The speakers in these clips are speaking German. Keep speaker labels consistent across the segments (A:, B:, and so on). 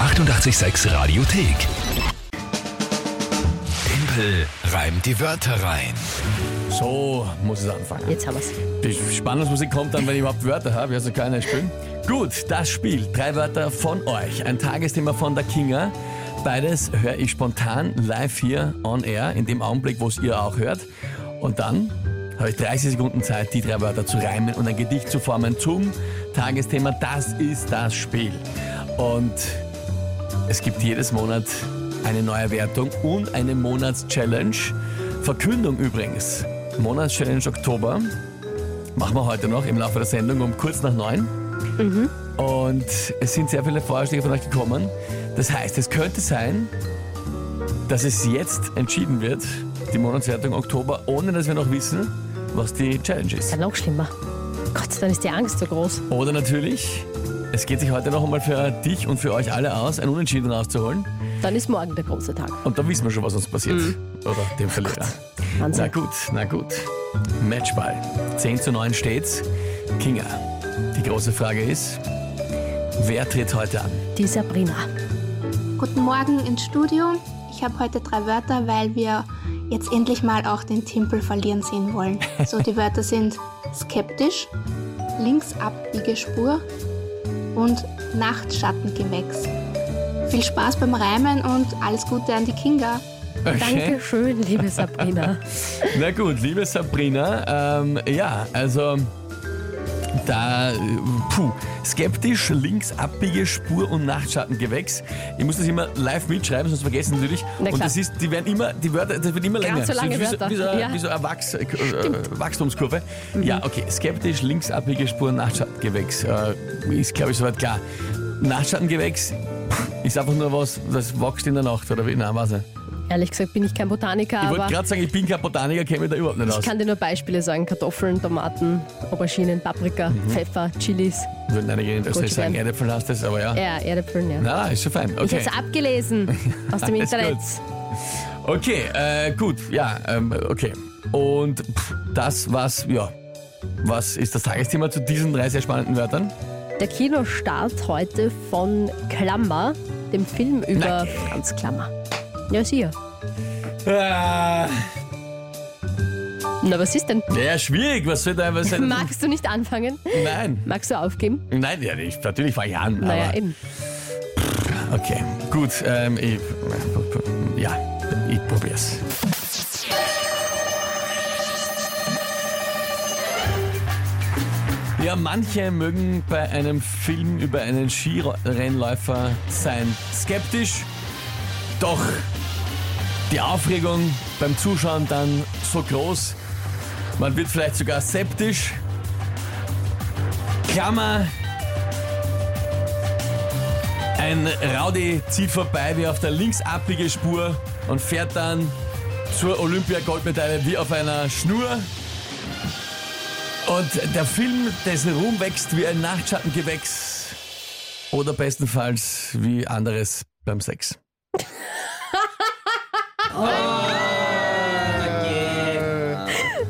A: 886 Radiothek. Tempel reimt die Wörter rein.
B: So muss es anfangen.
C: Jetzt haben wir's.
B: Die Spannungsmusik kommt dann, wenn ich überhaupt Wörter habe. Also kann ich spielen. Gut, das Spiel. Drei Wörter von euch. Ein Tagesthema von der Kinga. Beides höre ich spontan live hier on air, in dem Augenblick, wo es ihr auch hört. Und dann habe ich 30 Sekunden Zeit, die drei Wörter zu reimen und ein Gedicht zu formen zum Tagesthema. Das ist das Spiel. Und es gibt jedes Monat eine neue Wertung und eine Monatschallenge. Verkündung übrigens. Monatschallenge Oktober machen wir heute noch im Laufe der Sendung um kurz nach neun. Und es sind sehr viele Vorschläge von euch gekommen. Das heißt, es könnte sein, dass es jetzt entschieden wird, die Monatswertung Oktober, ohne dass wir noch wissen, was die Challenge ist.
C: Dann noch schlimmer. Gott, dann ist die Angst so groß.
B: Oder natürlich, es geht sich heute noch einmal für dich und für euch alle aus, ein Unentschieden rauszuholen.
C: Dann ist morgen der große Tag.
B: Und dann wissen wir schon, was uns passiert. Oder dem Verlierer. Mhm. Na
C: Wahnsinn.
B: gut, na gut. Matchball. 10 zu 9 steht's. Kinga. Die große Frage ist, wer tritt heute an?
C: Die Sabrina.
D: Guten Morgen ins Studio. Ich habe heute drei Wörter, weil wir jetzt endlich mal auch den Tempel verlieren sehen wollen. So, die Wörter sind skeptisch, Linksabbiegespur und Nachtschattengewächs. Viel Spaß beim Reimen und alles Gute an die Kinga.
C: Dankeschön, liebe Sabrina.
B: Na gut, liebe Sabrina, ähm, ja, also da, äh, puh, skeptisch, linksabbige Spur und Nachtschattengewächs. Ich muss das immer live mitschreiben, sonst vergessen natürlich.
C: Na
B: Und
C: klar.
B: das ist, die werden immer, die Wörter, das wird immer
C: Ganz
B: länger.
C: so lange
B: wie, so-
C: Wörter,
B: Wie so,
C: ja. Mhm.
B: wie so eine Wachs, äh, Wachstumskurve. Ja, okay, skeptisch, linksabbige Spur und Nachtschattengewächs. Äh, ist, glaube ich, soweit klar. Nachtschattengewächs ist einfach nur was, das wächst in der Nacht, oder wie? Nein, weiß nicht.
C: Ehrlich gesagt bin ich kein Botaniker,
B: Ich wollte
C: aber
B: gerade sagen, ich bin kein Botaniker, kenne mich da überhaupt nicht
C: ich
B: aus.
C: kann dir nur Beispiele sagen. Kartoffeln, Tomaten, Auberginen, Paprika,
B: Mhm.
C: Pfeffer, Chilis,
B: Würden einige in Österreich
C: Gut,
B: sagen,
C: gern.
B: Erdäpfel hast du, aber ja.
C: ja, Erdäpfeln, ja.
B: Na, ist schon fein.
C: Ich
B: Okay,
C: hab's abgelesen aus dem
B: Ist gut.
C: Internet.
B: okay äh, gut, ja, ähm, okay. Und pff, das, was, ja, was ist das Tagesthema zu diesen drei sehr spannenden Wörtern?
C: Der Kinostart heute von Klammer, dem Film
B: Na,
C: über
B: geh.
C: Franz Klammer. Ja, sicher.
B: Ah,
C: Na, was ist denn?
B: ja, schwierig, was soll da, was soll
C: Magst du nicht anfangen?
B: Nein,
C: Magst du aufgeben?
B: nein, ja, ich, natürlich fange ich an,
C: Naja,
B: aber,
C: eben.
B: okay. Gut, ähm, ich, ja, ich probier's. Ja, manche mögen bei einem Film über einen Skirennläufer sein skeptisch, doch die Aufregung beim Zuschauen dann so groß, man wird vielleicht sogar septisch. Klammer, ein Rowdy zieht vorbei wie auf der Linksabbiegespur und fährt dann zur Olympia-Goldmedaille wie auf einer Schnur. Und der Film, dessen Ruhm wächst wie ein Nachtschattengewächs. Oder bestenfalls wie anderes beim Sex.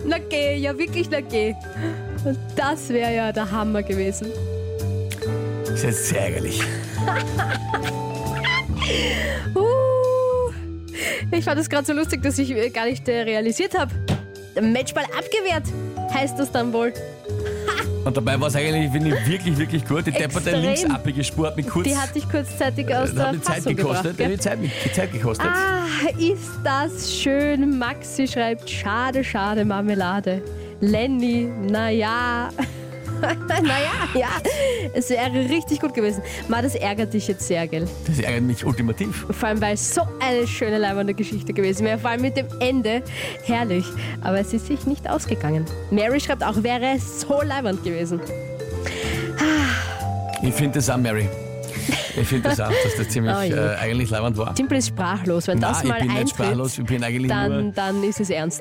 C: Na geh, ja wirklich, na geh. Und Das wäre ja der Hammer gewesen.
B: Ist jetzt sehr ärgerlich.
C: Uh, ich fand es gerade so lustig, dass ich äh, gar nicht äh, realisiert habe. Matchball abgewehrt, heißt das dann wohl.
B: Und dabei war es eigentlich, finde ich, wirklich, wirklich gut. Die depperte
C: Extrem.
B: Linksabbige Spur hat mich kurz Äh,
C: Die hat dich kurzzeitig aus
B: hat
C: der
B: mich Zeit
C: Fassung
B: gekostet. Äh,
C: gebracht. Gell?
B: die, Zeit, die Zeit gekostet.
C: Ah, ist das schön. Maxi schreibt, schade, schade, Marmelade. Lenny, naja. naja, ja. Es wäre richtig gut gewesen. Ma, das ärgert dich jetzt sehr, gell?
B: Das ärgert mich ultimativ.
C: Vor allem, weil es so eine schöne, leibende Geschichte gewesen wäre. Vor allem mit dem Ende. Herrlich. Aber es ist sich nicht ausgegangen. Mary schreibt auch, wäre es so leibend gewesen.
B: Ich finde das auch, Mary. Ich finde das auch, dass das ziemlich
C: Oh je.
B: äh, eigentlich leibend war.
C: Simple ist sprachlos. Wenn das
B: Nein,
C: mal
B: ich bin
C: eintritt,
B: nicht sprachlos, ich bin eigentlich
C: dann, dann ist es ernst.